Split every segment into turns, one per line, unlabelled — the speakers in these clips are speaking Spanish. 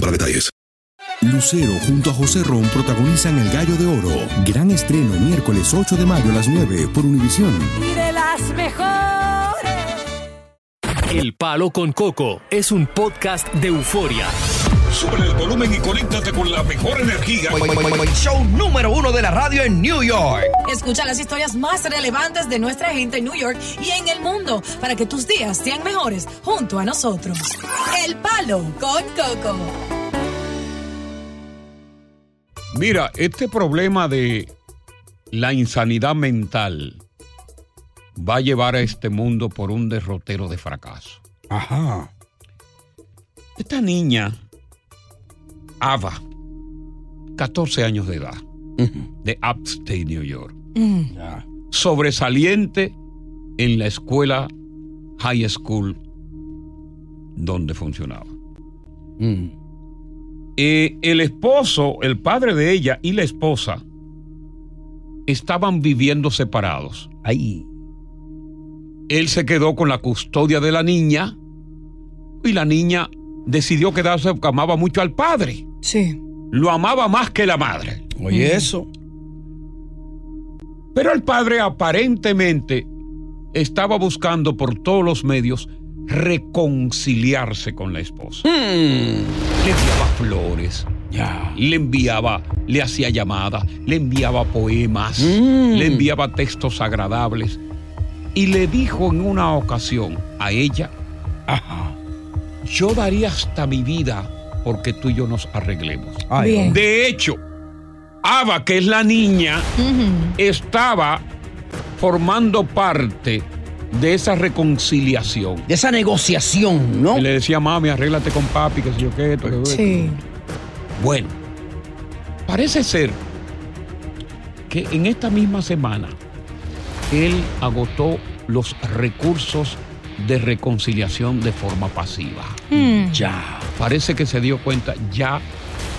para detalles.
Lucero junto a José Ron protagonizan El Gallo de Oro. Gran estreno miércoles 8 de mayo a las 9 por Univisión.
Y de las mejores.
El Palo con Coco es un podcast de euforia.
Sube el volumen y conéctate con la mejor energía.
Show número uno de la radio en New York.
Escucha las historias más relevantes de nuestra gente en New York y en el mundo para que tus días sean mejores junto a nosotros. El Palo con Coco.
Mira, este problema de la insanidad mental va a llevar a este mundo por un derrotero de fracaso.
Ajá.
Esta niña, Ava, 14 años de edad, de Upstate, New York,
Ya.
sobresaliente en la escuela high school donde funcionaba.
Mm.
Eh, el esposo, el padre de ella y la esposa estaban viviendo separados.
Ahí.
Él se quedó con la custodia de la niña y la niña decidió quedarse porque amaba mucho al padre.
Sí.
Lo amaba más que la madre.
Oye, eso.
Pero el padre aparentemente estaba buscando por todos los medios reconciliarse con la esposa. Le enviaba flores,
Mm. Ya.
le enviaba, le hacía llamadas, le enviaba poemas,
Mm.
le enviaba textos agradables y le dijo en una ocasión a ella,
Ajá.
yo daría hasta mi vida porque tú y yo nos arreglemos.
Ay,
Bien.
De hecho, Ava, que es la niña, estaba formando parte de esa reconciliación.
De esa negociación, ¿no?
Y le decía, mami, arréglate con papi, que sé yo qué, esto, que esto".
Sí.
Bueno, parece ser que en esta misma semana él agotó los recursos de reconciliación de forma pasiva.
Mm.
Ya.
Parece que se dio cuenta, ya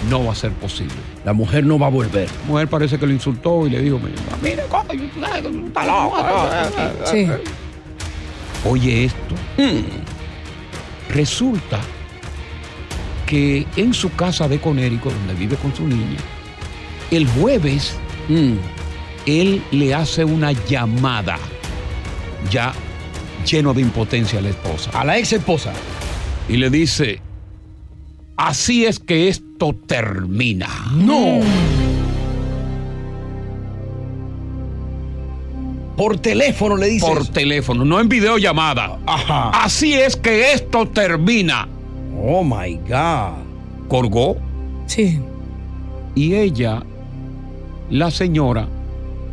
no va a ser posible.
La mujer no va a volver.
La mujer parece que lo insultó y le dijo, mira, coño, tú sabes que tú estás loca".
Sí.
Oye esto. Hmm. Resulta que en su casa de Conérico, donde vive con su niña, el jueves hmm,
Mm.
él le hace una llamada ya lleno de impotencia a la esposa.
A la ex esposa.
Y le dice, así es que esto termina.
No. Por teléfono le dices.
Por teléfono, no en videollamada.
Ah. Ajá.
Así es que esto termina.
Oh my God.
Colgó
Sí.
y ella, la señora,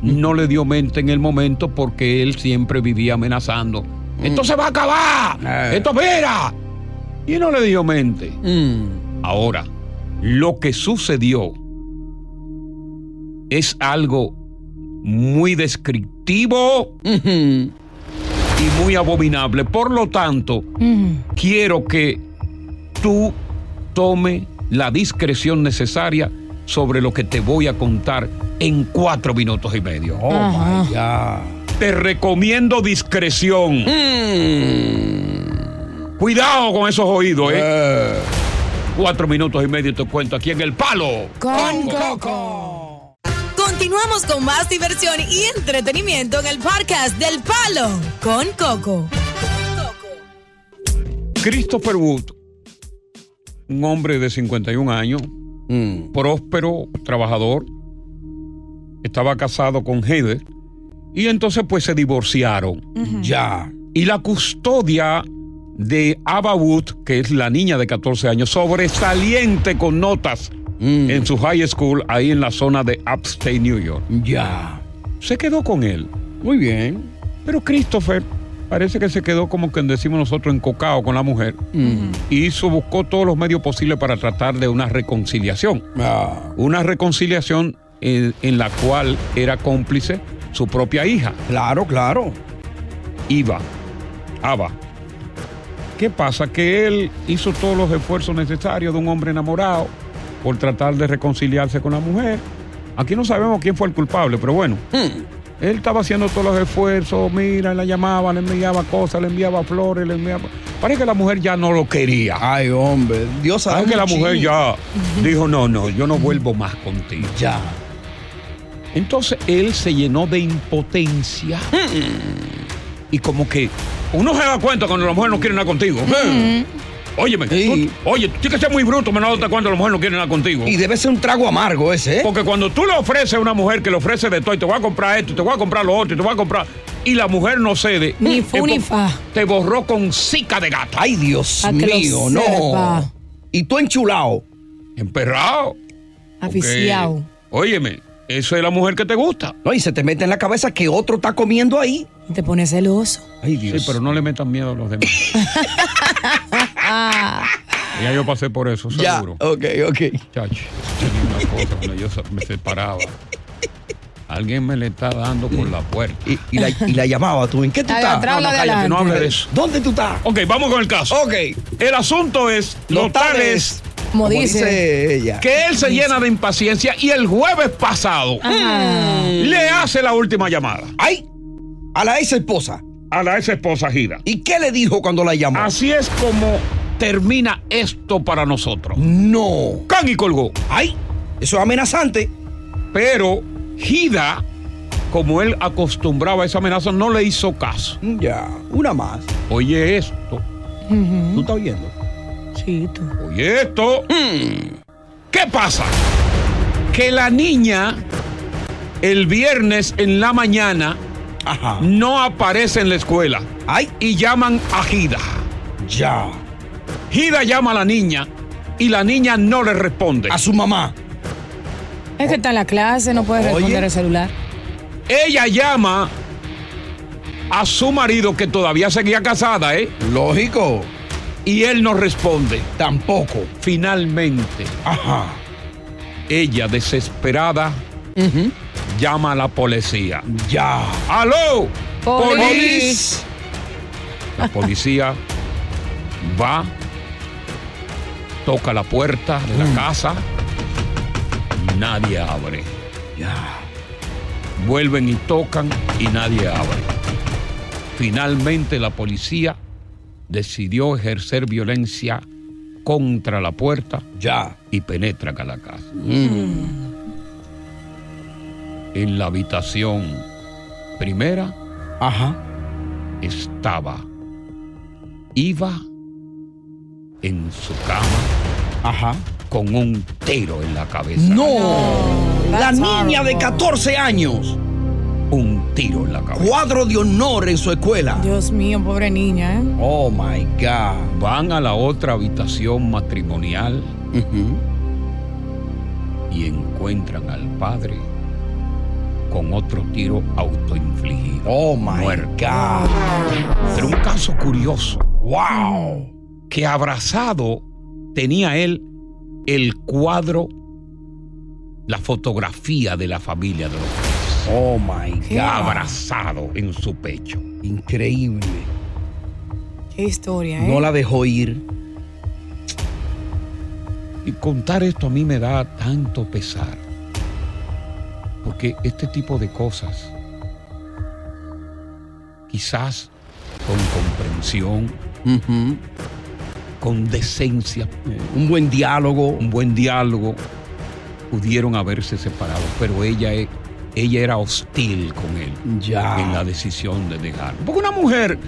Mm.
no le dio mente en el momento porque él siempre vivía amenazando. Esto se va a acabar.
Mm. Eh.
Esto mira. Y no le dio mente.
Mm.
Ahora, lo que sucedió es algo muy descriptivo
Mhm.
y muy abominable. Por lo tanto,
Mm.
quiero que tú tome la discreción necesaria sobre lo que te voy a contar en cuatro minutos y medio.
Oh my God.
Te recomiendo discreción. Cuidado con esos oídos, ¿eh?
Eh.
Cuatro minutos y medio te cuento aquí en El Palo.
Con Continuamos con más diversión y entretenimiento en el podcast del Palo con Coco.
Christopher Wood, un hombre de 51 años,
Mm.
próspero, trabajador, estaba casado con Heather y entonces pues se divorciaron.
Ya.
Y la custodia de Ava Wood, que es la niña de 14 años, sobresaliente con notas
Mm.
en su high school ahí en la zona de Upstate New York.
Ya.
Se quedó con él.
Muy bien.
Pero Christopher Parece que se quedó como que decimos nosotros encocado con la mujer. Y hizo, buscó todos los medios posibles para tratar de una reconciliación.
Ah,
Una reconciliación en, en la cual era cómplice su propia hija,
claro, claro.
Iva. Ava. ¿Qué pasa? Que él hizo todos los esfuerzos necesarios de un hombre enamorado por tratar de reconciliarse con la mujer. Aquí no sabemos quién fue el culpable, pero bueno. Él estaba haciendo todos los esfuerzos, mira, la llamaba, le enviaba cosas, le enviaba flores, le enviaba... Parece que la mujer ya no lo quería.
Ay, hombre, Dios sabe.
Parece que la
muchísimo.
mujer ya dijo, no, no, yo no vuelvo más contigo.
Ya.
Entonces él se llenó de impotencia.
Mm.
Y como que uno se da cuenta cuando la mujer no quiere nada contigo.
Mm.
Eh, Óyeme,
Sí.
tú- oye, tú tienes que ser muy bruto para no darte cuenta la mujer no quiere nada contigo.
Y debe ser un trago amargo ese, ¿eh?
Porque cuando tú le ofreces a una mujer que le ofrece de todo, y te voy a comprar esto, y te voy a comprar lo otro, y te voy a comprar. Y la mujer no cede.
Ni
es
fu
por-
ni fa.
Te borró con cica de gato.
Ay, Dios
Pa' que lo
mío, no.
sepa.
Y tú enchulado.
Emperrado.
Aficiado.
Porque, Óyeme, eso es la mujer que te gusta.
No, y se te mete en la cabeza que otro está comiendo ahí.
Y te pones celoso.
Ay,
Sí,
Dios.
pero no le metan miedo a los demás. ya yo pasé por eso,
ya.
seguro.
Ok, ok.
Chacho, tenía una cosa cuando yo me separaba. Alguien me le está dando por la puerta.
Y, y la, y la llamaba tú. ¿En qué tú
Ay,
estás?
atrás o
no, no,
la
cállate, no
adelante.
hables de eso. ¿Dónde tú estás?
Ok, vamos con el caso.
Ok.
El asunto es, lo tal es
Como dice.
ella.
que él se llena de impaciencia y el jueves pasado
Ajá.
le hace la última llamada
Ay, a la ex esposa.
a la ex esposa Gira.
¿Y qué le dijo cuando la llamó?
Así es como termina esto para nosotros.
No.
Can y colgó.
Ay, eso es amenazante.
Pero Gida, como él acostumbraba a esa amenaza, no le hizo caso.
Mm, Ya, una más.
Oye esto,
¿Tú estás oyendo?
Sí, tú.
oye esto. Hmm. ¿Qué pasa? Que la niña el viernes en la mañana
Ajá.
no aparece en la escuela
Ay,
y llaman a Gida.
ya.
Gida llama a la niña y la niña no le responde.
A su mamá.
Es que está en la clase, no puedes responder
Oye.
el celular.
Ella llama a su marido que todavía seguía casada, ¿eh?
Lógico.
Y él no responde.
Tampoco.
Finalmente,
Ajá.
ella desesperada llama a la policía.
Ya.
¡Aló!
Police.
¡Police! La policía va, toca la puerta de la casa, nadie abre.
Ya.
Vuelven y tocan y nadie abre. Finalmente la policía decidió ejercer violencia contra la puerta
Ya.
y penetra a la casa. Mm. En la habitación primera
Ajá.
estaba Iba en su cama
Ajá.
con un tiro en la cabeza. Oh,
No. La
That's
niña de
horrible.
14 años.
Un tiro en la cabeza.
Cuadro de honor en su escuela.
Dios mío, pobre niña, ¿eh?
Oh my God.
Van a la otra habitación matrimonial y encuentran al padre con otro tiro autoinfligido.
Oh my
Muerto.
God.
Pero un caso curioso.
Wow.
que abrazado tenía él el cuadro, la fotografía de la familia de los tres.
Oh my God.
Abrazado en su pecho.
Increíble.
Qué historia, ¿eh?
No la dejó ir.
Y contar esto a mí me da tanto pesar. Porque este tipo de cosas, quizás con comprensión, con decencia,
Un buen diálogo.
un buen diálogo, pudieron haberse separado, pero ella, e- ella era hostil con él en la
Ya.
decisión de dejarlo. Porque una mujer,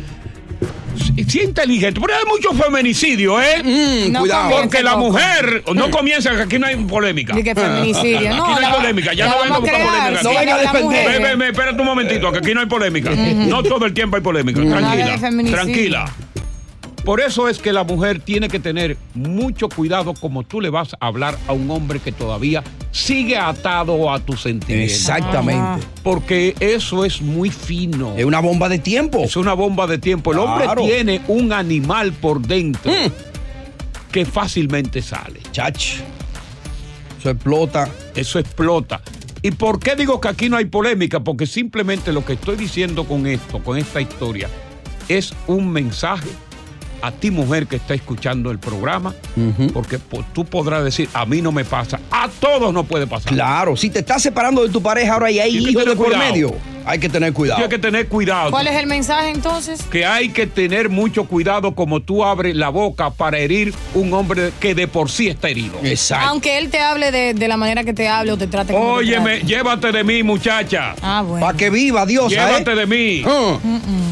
si, si es inteligente, pero hay mucho feminicidio, ¿eh?
No
cuidado.
convence
Porque la
poco.
mujer, no comienza, que aquí no hay polémica.
Mm. Ni que feminicidio. No,
Aquí no hay
la va-
polémica, ya
la
no
vamos
vengo
a
con
crear,
polémica
sí,
aquí. No venga a
las
defender.
mujeres.
Ve, ve, ve, espérate un momentito, que aquí no hay polémica. No todo el tiempo hay polémica.
Habla de
Tranquila.
feminicidio.
Tranquila. Por eso es que la mujer tiene que tener mucho cuidado como tú le vas a hablar a un hombre que todavía sigue atado a tus sentimientos.
Exactamente.
Porque eso es muy fino.
Es una bomba de tiempo.
Es una bomba de tiempo. El
Claro.
hombre tiene un animal por dentro que fácilmente sale.
Chach. Eso explota.
Eso explota. ¿Y por qué digo que aquí no hay polémica? Porque simplemente lo que estoy diciendo con esto, con esta historia, es un mensaje a ti mujer que está escuchando el programa, porque po- tú podrás decir, a mí no me pasa, a todos no puede pasar.
Claro. Si te estás separando de tu pareja ahora y hay
Tienes que
hijos de
tener
por
cuidado.
medio, hay que tener cuidado.
Tienes que tener cuidado.
¿Cuál es el mensaje entonces?
que hay que tener mucho cuidado como tú abres la boca para herir un hombre que de por sí está herido.
Exacto.
Aunque él te hable de, de la manera que te hable o te trate como te
Óyeme,
trate.
llévate de mí, muchacha.
Ah, bueno. Mm.
Para que viva Dios. ¿eh?
Llévate de mí.
Ah.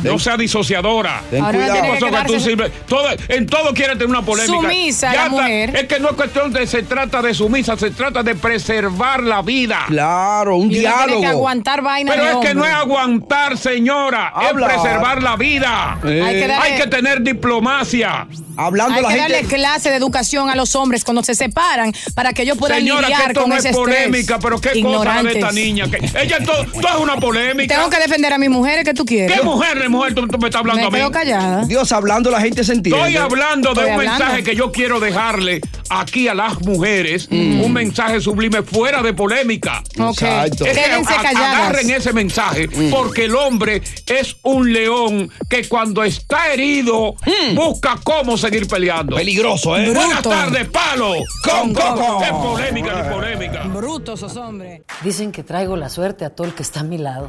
No sea disociadora.
Ten
Ahora
cuidado.
tiene
Cosa que tú
quedarse-
sirve- todo- en todo quiere tener una polémica.
Sumisa la
está.
mujer.
Es que no es cuestión de se trata de sumisa, se trata de preservar la vida.
Claro, un
Y uno Tiene que
diálogo.
aguantar vaina
Pero
de
es que no
hombre.
es aguantar, señora,
Habla.
es preservar la vida.
Eh.
Hay que darle-
Hay que tener diplomacia.
Hablando
Hay
la
que
gente.
darle clase de educación a los hombres cuando se separan para que ellos puedan
Señora, que
lidiar
esto
con
no
ese
es
estrés.
polémica, pero qué cosa de
Ignorantes.
esta niña. que- ella todo, todo es una polémica.
Tengo que defender a mis mujeres que tú quieres.
¿Qué mujer de mujer tú, tú me estás hablando
Me
a
quedo
mí?
callada.
Dios hablando, la gente se entiende.
Estoy hablando de
Estoy
un
hablando.
mensaje que yo quiero dejarle aquí a las mujeres, un mensaje sublime fuera de polémica.
Mm. Ok.
Exacto.
Es que
Quédense
a-
calladas. Mm.
Agarren ese mensaje, porque el hombre es un león que cuando está herido busca cómo seguir peleando.
Peligroso, ¿eh?
Buenas
Mm. Bruto.
tardes, palo.
Con Coco.
Es polémica, ni polémica.
Brutos esos hombres.
Dicen que traigo la suerte a todo el que está a mi lado.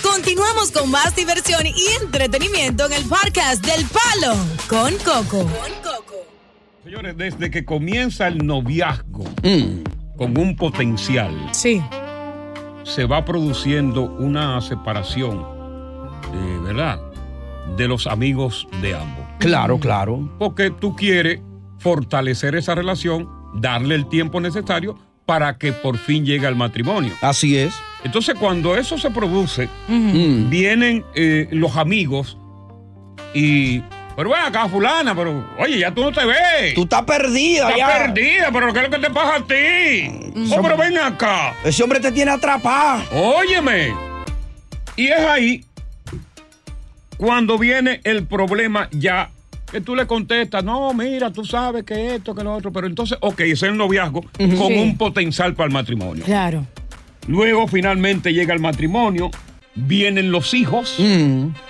Continuamos con más diversión y entretenimiento en el podcast del Palo con Coco.
Señores, desde que comienza el noviazgo
Mm.
con un potencial,
Sí.
se va produciendo una separación, eh, ¿verdad? De los amigos de ambos.
Claro, claro.
Porque tú quieres fortalecer esa relación, darle el tiempo necesario para que por fin llegue al matrimonio.
Así es. Mm.
Entonces, cuando eso se produce,
Mm.
vienen eh, los amigos y. Pero ven acá, fulana, pero oye, ya tú no te ves.
Tú estás perdida
Está
ya.
perdida, pero ¿qué es lo que te pasa a ti? Oh, pero ven acá.
Ese hombre te tiene atrapada.
Óyeme. Y es ahí cuando viene el problema ya. Que tú le contestas, no, mira, tú sabes que esto, que lo otro. Pero entonces, ok, es el noviazgo con
Sí.
un potencial para el matrimonio.
Claro.
Luego finalmente llega el matrimonio, vienen los hijos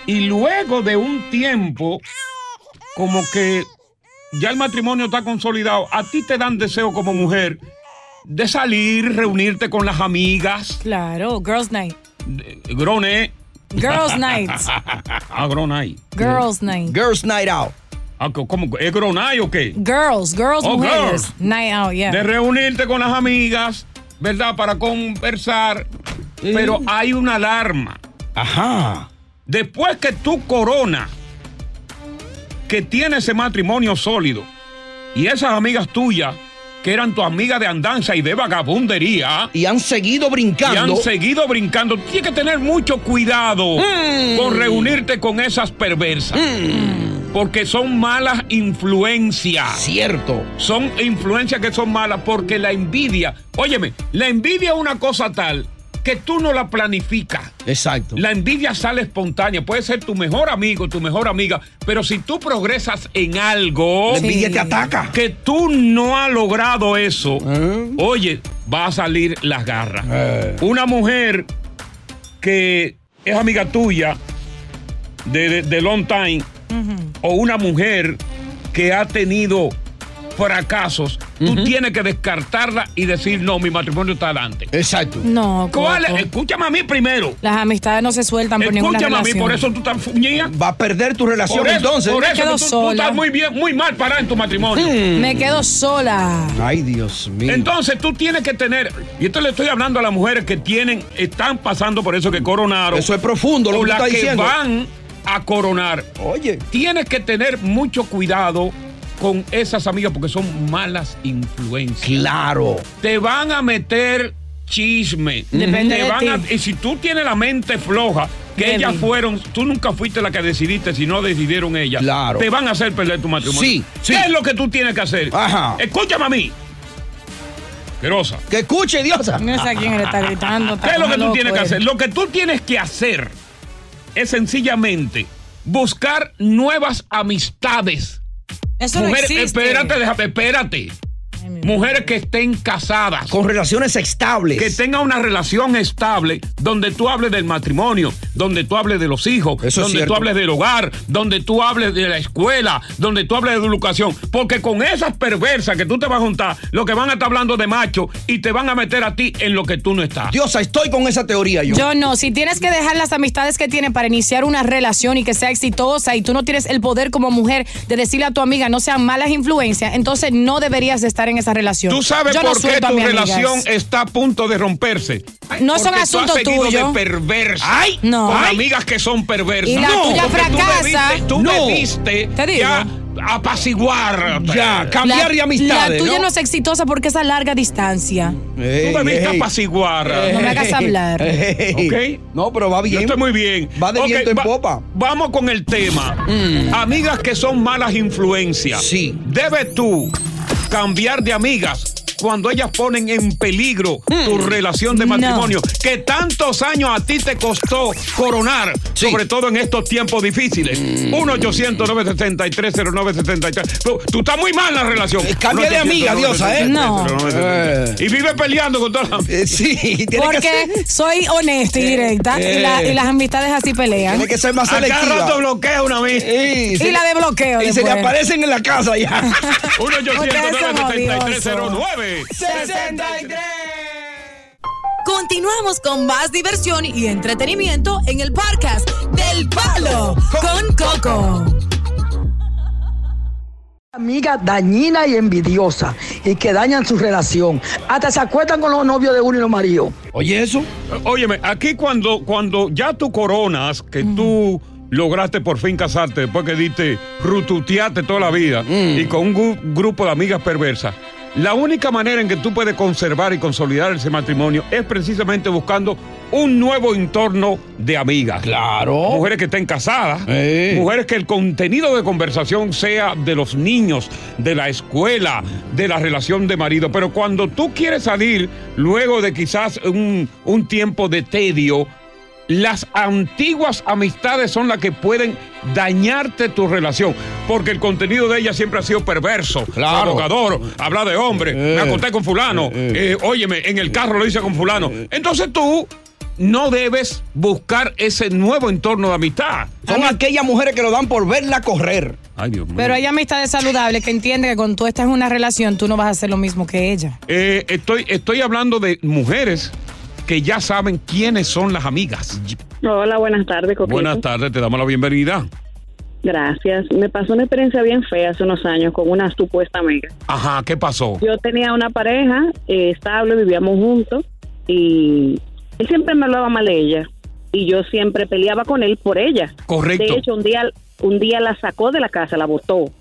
y luego de un tiempo como que ya el matrimonio está consolidado, a ti te dan deseo como mujer de salir, reunirte con las amigas,
Claro. Girls night.
de- Eh, grone,
Girls night.
ah, gronay.
Girls night.
Girls Night Out.
Ah, ¿Cómo? ¿Es gronay o qué?
Girls, girls,
Oh,
mujeres.
girls.
Night out, yeah.
de reunirte con las amigas, ¿verdad? Para conversar. Pero hay una alarma.
Ajá.
Después que tú corona, que tiene ese matrimonio sólido, y esas amigas tuyas, que eran tu amiga de andanza y de vagabundería,
Y han seguido
y
brincando.
han seguido brincando, tienes que tener mucho cuidado
Mm.
con reunirte con esas perversas. Porque son malas influencias
Cierto.
son influencias que son malas porque la envidia, óyeme, la envidia es una cosa tal que tú no la planificas.
Exacto.
La envidia sale espontánea, puede ser tu mejor amigo, tu mejor amiga, pero si tú progresas en algo
La envidia
Sí.
te ataca.
que tú no has logrado eso,
Ah.
oye, va a salir las garras.
Eh.
Una mujer que es amiga tuya de, de- de long time, o una mujer que ha tenido fracasos, tú tienes que descartarla y decir, no, mi matrimonio está adelante.
Exacto.
Eh, No,
¿Cuál? es?
Coco.
Escúchame a mí primero.
Las amistades no se sueltan por ninguna
Escúchame a mí,
relación.
por eso tú estás fuñía. Va a perder tu
relación, entonces.
Por
Me
eso
quedo
que tú, tú
sola.
estás muy bien, muy mal parada en tu matrimonio.
Me quedo sola.
Ay, Dios mío. Entonces tú tienes que tener, y esto le estoy hablando a las mujeres que tienen, están pasando por eso que coronaron. Eso es profundo,
lo que tú
las
estás
que
diciendo.
van a coronar. Oye. Tienes que tener mucho cuidado con esas amigas porque son malas influencias.
Claro.
Te van a meter chisme.
Depende
Te
de
van a-
ti.
y si tú tienes la mente floja, que
Débil.
ellas fueron, tú nunca fuiste la que decidiste, si no decidieron ellas.
Claro.
Te van a hacer perder tu matrimonio.
Sí,
¿Qué es lo que tú tienes que hacer?
Ajá.
Escúchame a mí. Querosa.
Que escuche, Diosa.
No sé a quién le está gritando. está
¿Qué es lo que tú
loco,
tienes que
eh.
hacer? Lo que tú tienes que hacer es sencillamente buscar nuevas amistades.
Eso no
Mujeres,
existe.
espérate, déjame, espérate. Mujeres que estén casadas.
Con relaciones estables.
Que tengan una relación estable donde tú hables del matrimonio, donde tú hables de los hijos,
Eso es
donde
cierto.
tú hables del hogar, donde tú hables de la escuela, donde tú hables de educación. Porque con esas perversas que tú te vas a juntar, lo que van a estar hablando de macho y te van a meter a ti en lo que tú no estás.
Diosa, estoy con esa teoría yo.
Yo no, si tienes que dejar las amistades que tienen para iniciar una relación y que sea exitosa y tú no tienes el poder como mujer de decirle a tu amiga no sean malas influencias, entonces no deberías de estar en esa relación.
Tú sabes
Yo no
por qué
suelto a
tu
mis amigas.
relación está a punto de romperse.
No son
Porque
asunto
tú has seguido
tuyo.
de perversa. Ay,
No.
Con
Ay.
amigas que son perversas.
Y la tuya
porque tú
fracasa.
debiste- Tú
No.
debiste, ya apaciguar. eh,
Ya, cambiar
La-
de amistades,
La tuya
¿no?
no, es exitosa porque es a larga distancia.
Ey,
Tú debiste
ey.
apaciguar.
No me hagas hablar.
Ey.
¿Ok?
No, pero va bien.
Yo estoy muy bien.
Va de
Ok,
viento en popa. Mm.
Vamos con el tema. Amigas que son malas influencias. Sí. Debes tú cambiar de amigas cuando ellas ponen en peligro
Mm.
tu relación de matrimonio, que tantos años a ti te costó coronar, sobre todo en estos tiempos difíciles.
Mm.
1 800 973 0973 Tú, tú estás muy mal en la relación.
Cambia de amiga, Diosa, ¿eh?
No.
Y vive peleando con todas las...
Sí, tiene que ser.
Porque soy honesta y directa y, la- y las amistades así pelean.
Tiene que ser más
A cada
selectiva.
rato bloquea una vez.
Sí, se
Y la
le-
desbloqueo
Y se le
después.
aparecen en la casa ya.
1
Ustedes
800
son
973
Continuamos con más diversión y entretenimiento en el podcast del Palo con Coco.
Amiga dañina y envidiosa y que dañan su relación. Hasta se acuestan con los novios de uno y los maridos.
Oye, eso. Óyeme, aquí cuando, cuando ya tú coronas, que tú lograste por fin casarte después que diste, rututeaste toda la vida
Mm.
y con un gru- grupo de amigas perversas. La única manera en que tú puedes conservar y consolidar ese matrimonio es precisamente buscando un nuevo entorno de amigas. Claro. Mujeres que estén casadas, mujeres que el contenido de conversación sea de los niños, de la escuela, de la relación de marido. Pero cuando tú quieres salir, luego de quizás un, un tiempo de tedio, las antiguas amistades son las que pueden dañarte tu relación, porque el contenido de ellas siempre ha sido perverso,
Claro.
provocador, habla de hombre, me acosté con fulano, eh, óyeme, en el carro lo hice con fulano. Entonces tú no debes buscar ese nuevo entorno de amistad.
Son aquellas mujeres que lo dan por verla correr.
Ay, Dios mío.
Pero hay amistades saludables que entienden que cuando tú estás en una relación, tú no vas a hacer lo mismo que ella.
Eh, estoy, estoy hablando de mujeres que ya saben quiénes son las amigas.
Hola, buenas tardes, Coquito.
Buenas tardes, te damos la bienvenida.
Gracias. Me pasó una experiencia bien fea hace unos años con una supuesta amiga.
Ajá, ¿qué pasó?
Yo tenía una pareja eh, estable, vivíamos juntos y él siempre me hablaba mal de ella y yo siempre peleaba con él por ella.
Correcto.
De hecho, un día, un día la sacó de la casa, la botó.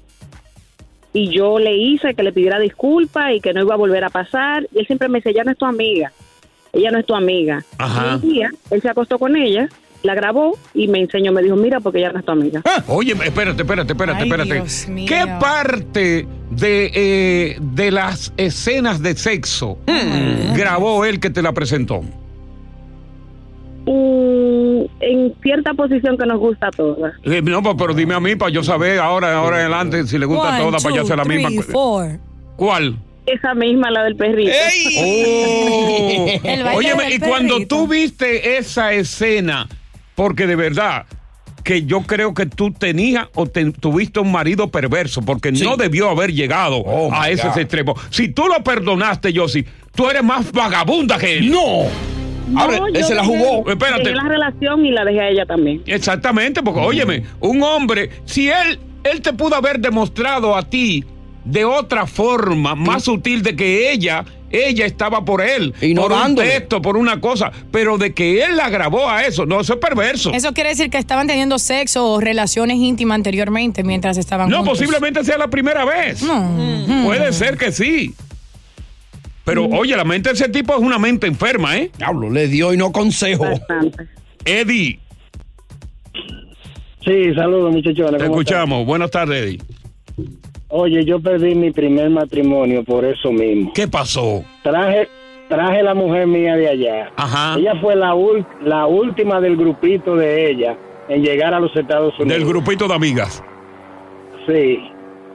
Y yo le hice que le pidiera disculpas y que no iba a volver a pasar. Y él siempre me decía, ella no es tu amiga, ella no es tu amiga.
Ajá.
Y un día, él se acostó con ella, la grabó y me enseñó, me dijo, mira, porque ella no es tu amiga.
Ah, Oye, espérate, espérate, espérate,
Ay,
espérate.
Dios mío.
¿Qué parte de, eh, de las escenas de sexo
Hmm.
grabó él que te la presentó?
Mm, en cierta posición que nos gusta a todas.
Eh, No, pues, pero dime a mí para yo saber ahora, ahora en adelante si le gusta
One,
toda para yo
two,
hacer la misma.
pues.
three, four.
¿Cuál?
Esa misma, la del perrito.
Oh. Óyeme, y cuando tú viste esa escena, porque de verdad que yo creo que tú tenías o te- tuviste un marido perverso, porque no debió haber llegado
Oh,
a
my
esos
God.
extremos. Si tú lo perdonaste, Yossi, tú eres más vagabunda que él. ¡No!
No, yo dejé-
Espérate.
Dejé la relación y la dejé a ella también.
Exactamente, porque óyeme, un hombre, si él, él te pudo haber demostrado a ti de otra forma, más sutil de que ella, ella estaba por él, por un
Ignorándole.
texto, por una cosa, pero de que él la agravó a eso, no, eso es perverso.
Eso quiere decir que estaban teniendo sexo o relaciones íntimas anteriormente mientras estaban
no,
juntos.
posiblemente sea la primera vez.
Mm.
Puede ser que sí. Pero oye, la mente de ese tipo es una mente enferma, ¿eh?
Diablo, le dio y no consejo.
Eddie,
Sí, saludos muchachones.
te
¿cómo
escuchamos. Buenas tardes, Eddie.
están? Oye, yo perdí mi primer matrimonio por eso mismo.
¿Qué pasó?
Traje, traje la mujer mía de allá.
Ajá.
Ella fue la, ul- la última del grupito de ella en llegar a los Estados Unidos.
Del grupito de amigas.
Sí.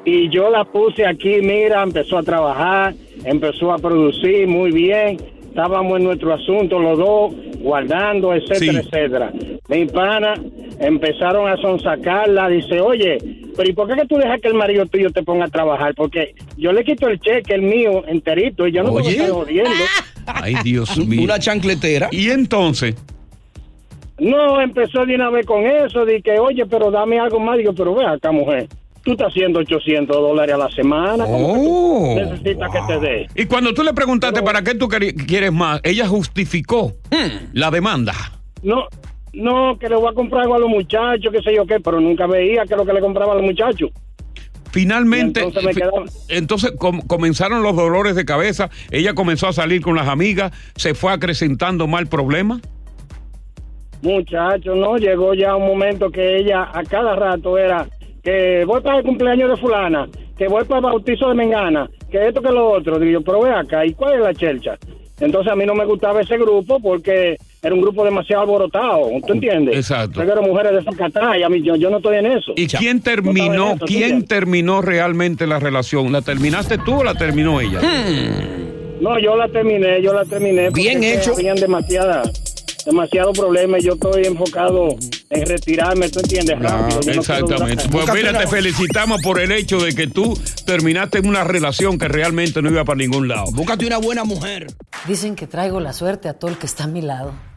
Y yo la puse aquí, mira, empezó a trabajar, empezó a producir muy bien. Estábamos en nuestro asunto los dos, guardando, etcétera, etcétera. Mi pana empezaron a sonsacarla. Dice, oye, pero ¿y por qué que tú dejas que el marido tuyo te ponga a trabajar? Porque yo le quito el cheque, el mío, enterito, y yo no
Oh.
te voy a
Oye.
estar jodiendo.
Ay, Dios mío.
Una chancletera.
Y entonces,
No, empezó de una vez con eso, de que, oye, pero dame algo más. Digo, pero ve acá, mujer, tú estás haciendo 800 dólares a la semana. ¿cómo que tú
Oh,
necesitas que te dé?
y cuando tú le preguntaste para qué tú queri- quieres más, ella justificó la demanda.
No, no, que le voy a comprar algo a los muchachos, qué sé yo qué, pero nunca veía que lo que le compraba a los muchachos.
Finalmente,
Y entonces me
fi-
quedaba-
entonces com- comenzaron los dolores de cabeza, ella comenzó a salir con las amigas, se fue acrecentando mal problema.
Muchachos, no, llegó ya un momento que ella a cada rato era que voy para el cumpleaños de fulana, que voy para el bautizo de Mengana, que esto que lo otro. Digo, yo, pero ve acá, ¿y cuál es la chelcha? Entonces a mí no me gustaba ese grupo porque era un grupo demasiado alborotado, ¿tú entiendes?
Exacto.
Pero eran mujeres desacatadas y a mí yo, yo no estoy en eso.
¿Y quién
No
terminó,
estaba en eso,
quién
¿entiendes?
terminó realmente la relación? ¿La terminaste tú o la terminó ella?
No, yo la terminé, yo la terminé. porque
Bien
es que
hecho.
Habían demasiada, demasiado problema y yo estoy enfocado en retirarme, ¿tú entiendes? Rápido, yo no quiero durar.
Exactamente. Pues mira, te felicitamos por el hecho de que tú terminaste en una relación que realmente no iba para ningún lado.
Búscate una buena mujer.
Dicen que traigo la suerte a todo el que está a mi lado.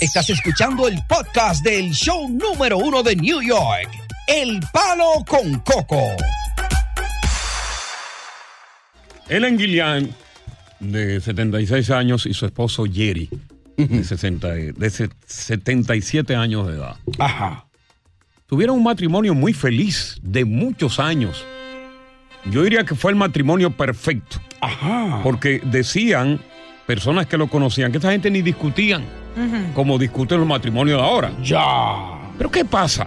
Estás escuchando el podcast del show número uno de New York, El Palo con Coco.
Ellen Gillian, de 76 años, y su esposo Jerry, de, 60 y- de se- 77 años de edad. Ajá. Tuvieron un matrimonio muy feliz, de muchos años. Yo diría que fue el matrimonio perfecto. Ajá. Porque decían personas que lo conocían que esta gente ni discutían como discuten los matrimonios de ahora. Ya. Pero ¿qué pasa?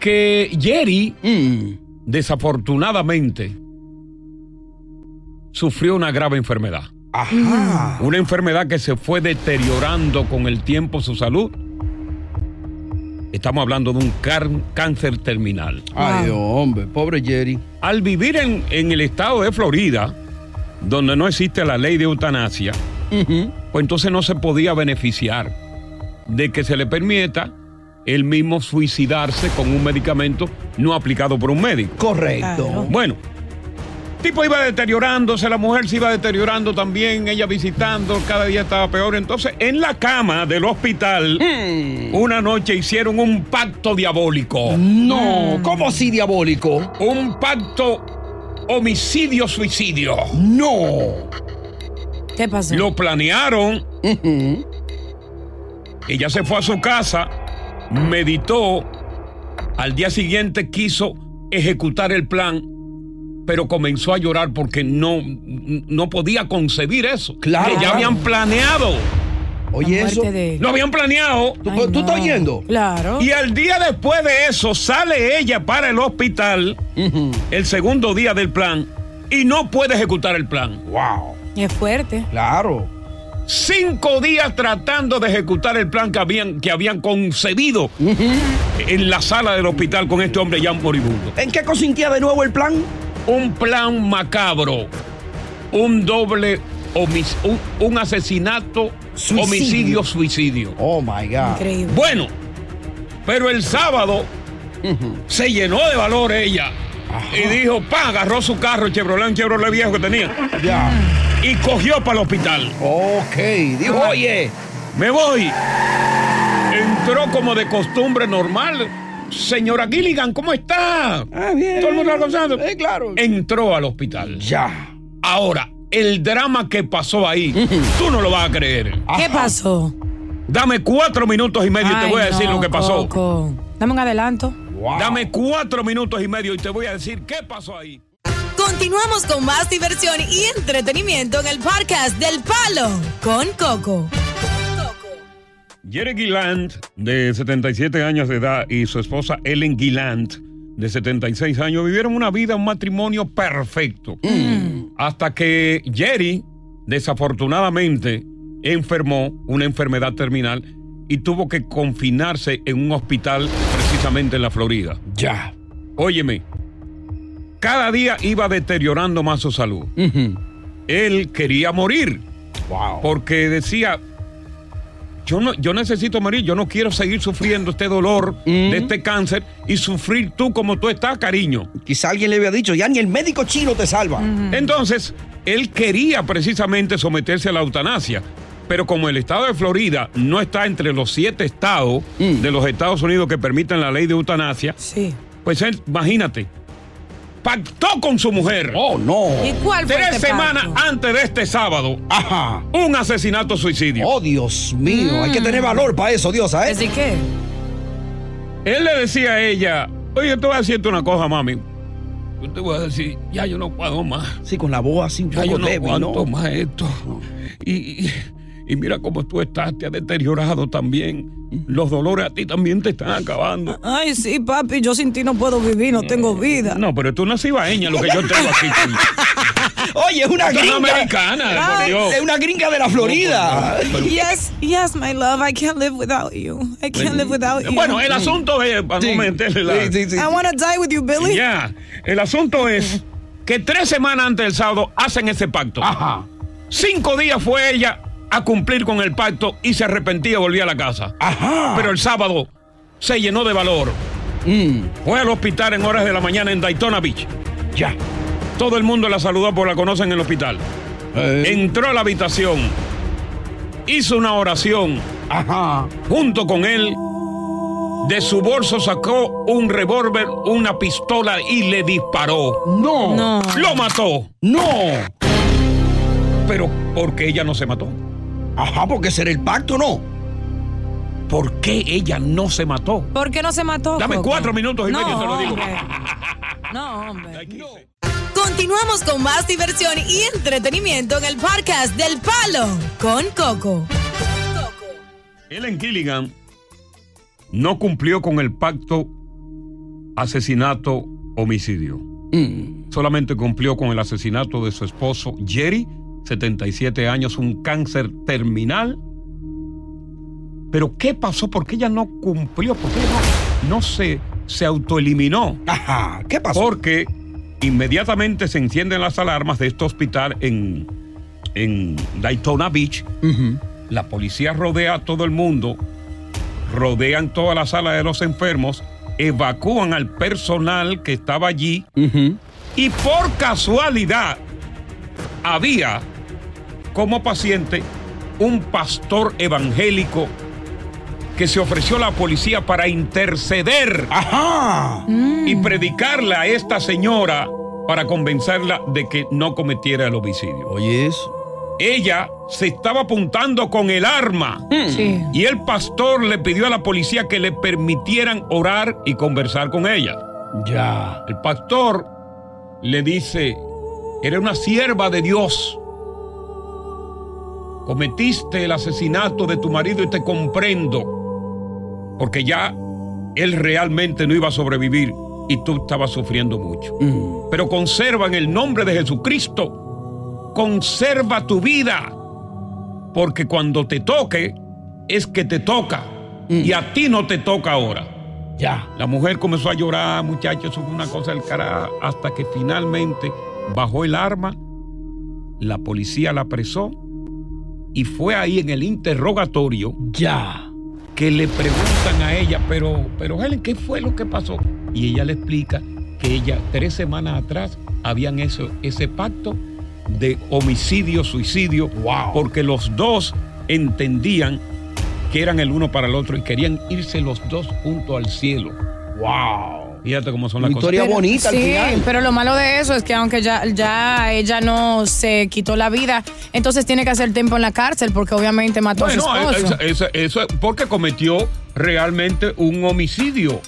Que Jerry, Mm. desafortunadamente, sufrió una grave enfermedad.
Mm.
Ajá. Una enfermedad que se fue deteriorando con el tiempo su salud. Estamos hablando de un car- cáncer terminal.
Ay,
hombre, pobre Jerry. Al vivir en, en el estado de Florida, donde no existe la ley de eutanasia, pues entonces no se podía beneficiar de que se le permita el mismo suicidarse con un medicamento no aplicado por un médico.
Correcto.
Bueno, tipo iba deteriorándose, la mujer se iba deteriorando también, ella visitando, cada día estaba peor. Entonces, en la cama del hospital, una noche hicieron un pacto diabólico. Hmm.
Ah.
No, ¿cómo así diabólico? Un pacto homicidio-suicidio. No.
¿Qué pasó?
Lo planearon. Ella se fue a su casa, meditó, al día siguiente quiso ejecutar el plan, pero comenzó a llorar porque no, no podía concebir eso.
Claro.
Que ya habían planeado
Oye, eso.
de-
Lo habían planeado.
¿Tú, tú estás oyendo?
Claro.
Y al día después de eso sale ella para el hospital, el segundo día del plan, y no puede ejecutar el plan. ¡Wow!
Es fuerte.
Claro. Cinco días tratando de ejecutar el plan que habían, que habían concebido en la sala del hospital con este hombre ya moribundo.
¿En qué consistía de nuevo el plan?
Un plan macabro. Un doble homic- un, un asesinato,
Suicidio.
homicidio, suicidio.
Oh my God.
Increíble.
Bueno, pero el sábado se llenó de valor ella. Y dijo, pa, agarró su carro, Chevrolet, un Chevrolet viejo que tenía. Y cogió para el hospital.
Ok, dijo,
Ah.
oye.
Me voy. Entró como de costumbre normal. Señora Gilligan, ¿cómo está? Ah, bien. Todo el mundo alcanzando. Eh, claro. Entró al hospital. Ya. Ahora, el drama que pasó ahí, tú no lo vas a creer.
Ah.
¿Qué pasó?
Dame cuatro minutos y medio y te
Ay,
voy a decir
no,
lo que pasó.
Coco. Dame un adelanto.
Dame cuatro minutos y medio y te voy a decir qué pasó ahí.
Continuamos con más diversión y entretenimiento en el podcast del Palo con Coco.
Jerry Gilland, de 77 años de edad, y su esposa Ellen Gilland, de 76 años, vivieron una vida, un matrimonio perfecto. Hasta que Jerry, desafortunadamente, enfermó una enfermedad terminal y tuvo que confinarse en un hospital precisamente en la Florida. Ya. Óyeme, cada día iba deteriorando más su salud. Él quería morir. Porque decía, yo no, yo necesito morir, yo no quiero seguir sufriendo este dolor
Mm.
de este cáncer y sufrir tú como tú estás, cariño.
Quizá alguien le había dicho, ya ni el médico chino te salva.
Mm.
Entonces, él quería precisamente someterse a la eutanasia. Pero como el estado de Florida no está entre los siete estados
Mm.
de los Estados Unidos que permiten la ley de eutanasia, pues él, imagínate, pactó con su mujer. Oh, no.
¿Y cuál fue
Tres
este
semanas antes de este sábado, un asesinato suicidio.
Oh, Dios mío,
Mm.
hay que tener valor para eso, Dios, ¿eh? ¿sabes?
¿Así qué?
Él le decía a ella, oye, yo te voy a decirte una cosa, mami. Yo te voy a decir, ya yo no puedo más.
Sí, con la voz así un
Ya
poco
yo no
débil,
aguanto
¿no?
más esto. Y, y- y mira cómo tú estás, te has deteriorado también. Los dolores a ti también te están acabando.
Ay, sí, papi, yo sin ti no puedo vivir, no tengo vida.
No, pero tú no eres ibaeña lo que yo tengo aquí. chico.
Oye, es una
Esto no
gringa.
es americana, por
Ay,
Dios.
Es una gringa de la Florida.
Yes, yes, my love, I can't live without you. I can't live without you.
Bueno, el asunto es, para no meterle la...
I wanna die with you, Billy.
Ya, el asunto es que tres semanas antes del sábado hacen ese pacto. Ajá. Cinco días fue ella a cumplir con el pacto y se arrepentía y volvía a la casa. Ajá. Pero el sábado se llenó de valor. Fue al hospital en horas de la mañana en Daytona Beach. Mm. Ya. Todo el mundo la saludó porque la conocen en el hospital. Entró a la habitación. Hizo una oración. Ajá. Junto con él de su bolso sacó un revólver, una pistola y le disparó. No.
No.
Lo mató. No. Pero porque ella no se mató.
Ajá, porque será el pacto, ¿no?
¿Por qué ella no se mató?
¿Por qué no se mató?
Dame
Coco?
cuatro minutos y
no,
medio, te lo digo.
hombre. No, hombre.
Continuamos con más diversión y entretenimiento en el podcast del Palo con Coco.
Ellen Gilligan no cumplió con el pacto asesinato-homicidio. Solamente cumplió con el asesinato de su esposo Jerry, 77 años, un cáncer terminal. Pero ¿qué pasó? ¿Por qué ella no cumplió? ¿Por qué ella no, no se, se autoeliminó? Ajá, ¿qué pasó? Porque inmediatamente se encienden las alarmas de este hospital en, en Daytona Beach. La policía rodea a todo el mundo, rodean toda la sala de los enfermos, evacúan al personal que estaba allí y por casualidad había como paciente un pastor evangélico que se ofreció a la policía para interceder y predicarle a esta señora para convencerla de que no cometiera el homicidio. Oye, Ella se estaba apuntando con el arma
Sí.
y el pastor le pidió a la policía que le permitieran orar y conversar con ella. Ya. El pastor le dice, era una sierva de Dios. cometiste el asesinato de tu marido y te comprendo, porque ya él realmente no iba a sobrevivir y tú estabas sufriendo mucho. Pero conserva en el nombre de Jesucristo, conserva tu vida, porque cuando te toque es que te toca y a ti no te toca ahora. Ya. La mujer comenzó a llorar, muchachos, eso fue una cosa del cara, hasta que finalmente bajó el arma, la policía la apresó y fue ahí en el interrogatorio. Ya. Que le preguntan a ella, pero, pero Helen, ¿qué fue lo que pasó? Y ella le explica que ella, tres semanas atrás, habían hecho ese pacto de homicidio-suicidio, porque los dos entendían que eran el uno para el otro y querían irse los dos junto al cielo. ¡Wow! Fíjate cómo son las cosas.
Pero- sí, pero lo malo de eso es que aunque ya, ya ella no se quitó la vida, entonces tiene que hacer tiempo en la cárcel porque obviamente mató a
Bueno,
su esposo.
eso, eso- eso es porque cometió realmente un homicidio.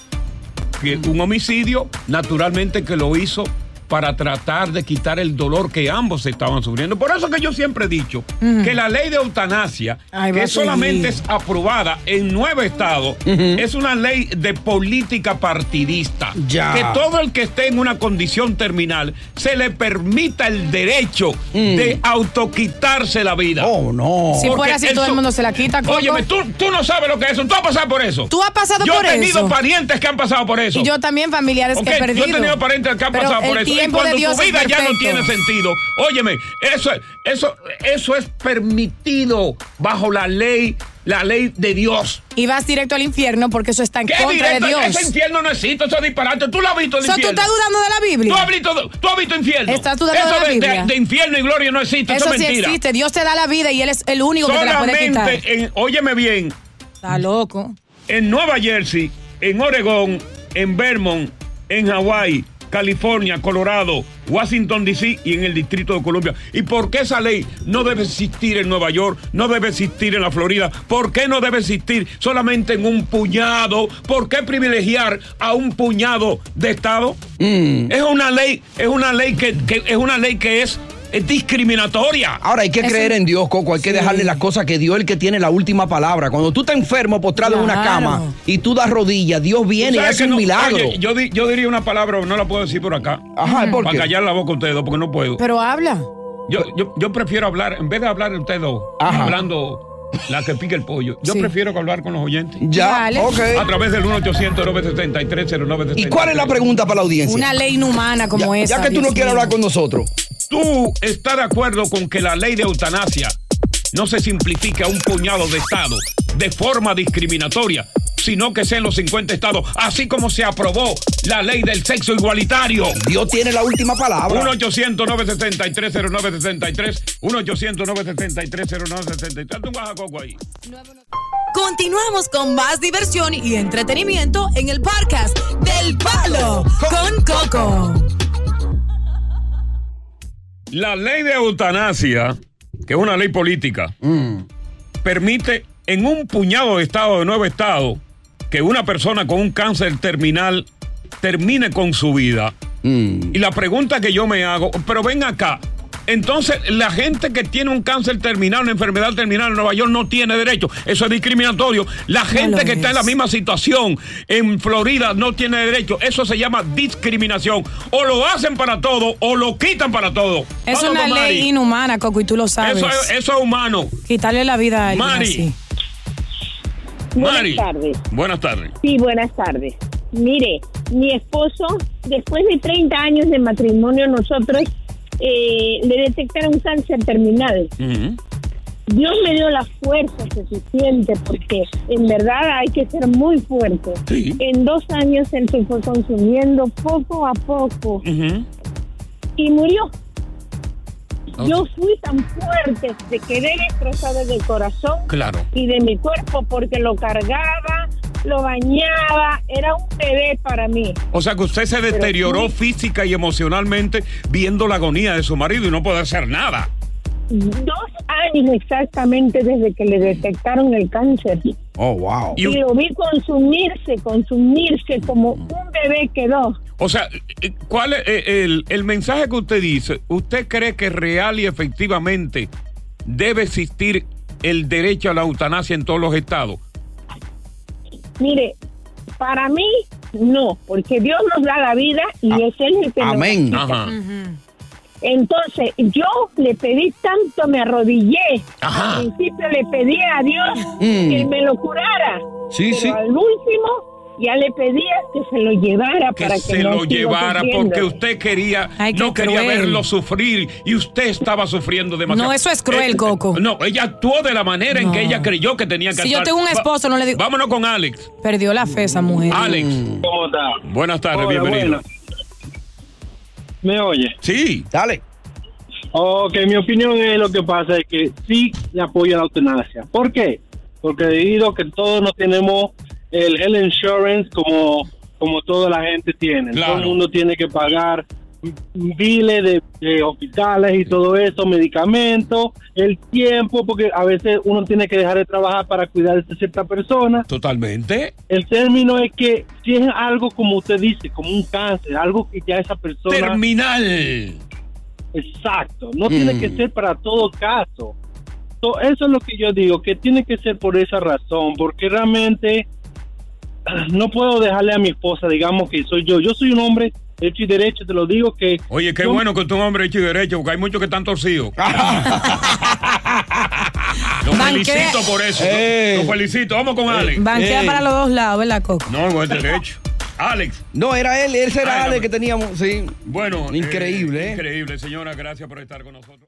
Que- Un homicidio, naturalmente, que lo hizo para tratar de quitar el dolor que ambos estaban sufriendo. Por eso que yo siempre he dicho que la ley de eutanasia,
Ay, va
que
a
solamente
seguir.
es aprobada en nueve estados, es una ley de política partidista.
Ya.
Que todo el que esté en una condición terminal se le permita el derecho
Mm.
de autoquitarse la vida. Oh, no.
Si fuera así, todo el mundo se la quita. Coco.
Óyeme, tú, tú no sabes lo que es eso. Tú has pasado por eso.
Tú has pasado
yo
por
he tenido
eso.
parientes que han pasado por eso.
Y yo también, familiares
Ok,
que he perdido.
Yo he tenido parientes que han
Pero
pasado por
el
eso. Y
tiempo de
cuando
Dios
tu
es
vida ya no
perfecto.
tiene sentido, óyeme, eso, es- eso, eso es permitido bajo la ley, la ley de Dios.
Y vas directo al infierno porque eso está en
¿Qué
contra de
directo?
Dios.
Ese infierno no existe, eso es disparate. Tú lo has visto el
So, ¿tú
infierno.
estás dudando de la Biblia?
Tú has visto, tú has visto infierno.
¿Estás dudando
eso
de la Biblia?
de infierno y gloria no existe, eso,
Eso
es
sí
mentira.
existe. Dios te da la vida y Él es el único que te la puede quitar.
Solamente en, óyeme bien.
Está loco.
En Nueva Jersey, en Oregón, en Vermont, en Hawái, California, Colorado, Washington DC y en el Distrito de Columbia. ¿Y por qué esa ley no debe existir en Nueva York? No debe existir en la Florida. ¿Por qué no debe existir solamente en un puñado? ¿Por qué privilegiar a un puñado de estado?
Mm.
Es una ley, es una ley que, que- es una ley que es, es discriminatoria.
Ahora hay que creer en Dios, Coco. Hay que dejarle las cosas que Dios es el que tiene la última palabra. Cuando tú estás enfermo, postrado en una
Claro.
cama y tú das rodillas, Dios viene y
¿Sabes
hace
que
un
no?
milagro. Ah,
Oye, yo, di- yo diría una palabra, no la puedo decir por acá.
Ajá, ¿por qué?
Para callar la boca a ustedes dos, porque no puedo.
Pero habla.
Yo, yo, yo prefiero hablar, en vez de hablar de ustedes dos, hablando la que pica el pollo, yo prefiero hablar con los oyentes.
Ya, Dale. ok.
A través del 1 800 973
¿Y
0973
cuál es la pregunta para la audiencia?
Una ley inhumana como
Ya-
esa.
ya que tú no
Dios
quieres
mío.
hablar con nosotros.
¿Tú estás de acuerdo con que la ley de eutanasia no se simplifique a un puñado de estados de forma discriminatoria, sino que sea en los 50 estados, así como se aprobó la ley del sexo igualitario?
Dios tiene la última palabra.
1-800-973-0973, 1-800-973-0973. Tú vas a Coco ahí.
Continuamos con más diversión y entretenimiento en el podcast del Palo con Coco.
La ley de eutanasia, que es una ley política, permite en un puñado de estados, de nueve estados, que una persona con un cáncer terminal termine con su vida. Y la pregunta que yo me hago, pero ven acá. Entonces, la gente que tiene un cáncer terminal, una enfermedad terminal en Nueva York no tiene derecho. Eso es discriminatorio. La gente que está en la misma situación en Florida no tiene derecho. Eso se llama discriminación. O lo hacen para todo o lo quitan para todo.
Es
Vamos
una
con Mari.
ley inhumana, Coco, y tú lo sabes.
Eso es, eso es humano.
Quitarle la vida a alguien
Mari.
así.
Buenas
Mari.
tardes.
Buenas tardes.
Sí, buenas tardes. Mire, mi esposo, después de 30 años de matrimonio, nosotros eh, le detectaron un cáncer terminal. Dios me dio la fuerza suficiente porque en verdad hay que ser muy fuerte. En dos años él se fue consumiendo poco a poco y murió. Yo fui tan fuerte, de quedé destrozada del corazón
Claro.
y de mi cuerpo porque lo cargaba, lo bañaba, era un bebé para mí.
O sea que usted se
Pero
deterioró
sí.
física y emocionalmente viendo la agonía de su marido y no puede hacer nada.
Dos años exactamente desde que le detectaron el cáncer.
Oh, wow.
Y lo vi consumirse, consumirse como un bebé quedó.
O sea, eh, ¿cuál es eh, el, el mensaje que usted dice? ¿Usted cree que real y efectivamente debe existir el derecho a la eutanasia en todos los estados.
Mire, para mí no, porque Dios nos da la vida y es Él el que nos
amén.
la quita.
Ajá.
Entonces, yo le pedí tanto, me arrodillé.
Ajá.
Al principio le pedí a Dios
Mm.
que me lo curara.
Sí,
Pero
sí.
Al último, ya le pedía que se lo llevara
Que
para que
se
no
lo
siga
llevara
sufriendo.
porque usted quería,
Ay, qué
no quería
cruel.
verlo sufrir y usted estaba sufriendo demasiado.
No, eso es cruel,
Coco. No, ella actuó de la manera en que ella creyó que tenía que
Si yo
actuar.
tengo un
Va-
esposo, no le digo- Mm.
Vámonos con Alex.
Perdió la fe esa mujer.
Alex. Buenas tardes,
Hola,
bienvenido.
buenas. ¿Me oye?
Sí.
Dale. Ok, mi opinión es lo que pasa es que sí le apoyo a la eutanasia. ¿Por qué? Porque debido a que todos no tenemos el health insurance como, como toda la gente tiene. Todo el mundo tiene que pagar miles de, de hospitales y todo eso, medicamentos, el tiempo, porque a veces uno tiene que dejar de trabajar para cuidar a cierta persona.
Totalmente.
El término es que si es algo como usted dice, como un cáncer, algo que ya esa persona...
Terminal.
Exacto, no tiene que ser para todo caso. So, eso es lo que yo digo, que tiene que ser por esa razón, porque realmente ah, no puedo dejarle a mi esposa, digamos que soy yo. Yo soy un hombre hecho y derecho, te lo digo que...
Oye, qué
yo-
bueno que tú un hombre hecho y derecho, porque hay muchos que están torcidos. Lo
Banquea-
felicito por eso.
Ey.
Eh.
Lo felicito. Vamos con Alex.
Banquea para los dos lados, ¿verdad, Coco?
No, no es derecho. Alex.
No, era él, ese era
Ay, no,
Ale que teníamos, sí.
Bueno.
Increíble,
eh,
¿eh?
Increíble, señora. Gracias por estar con nosotros.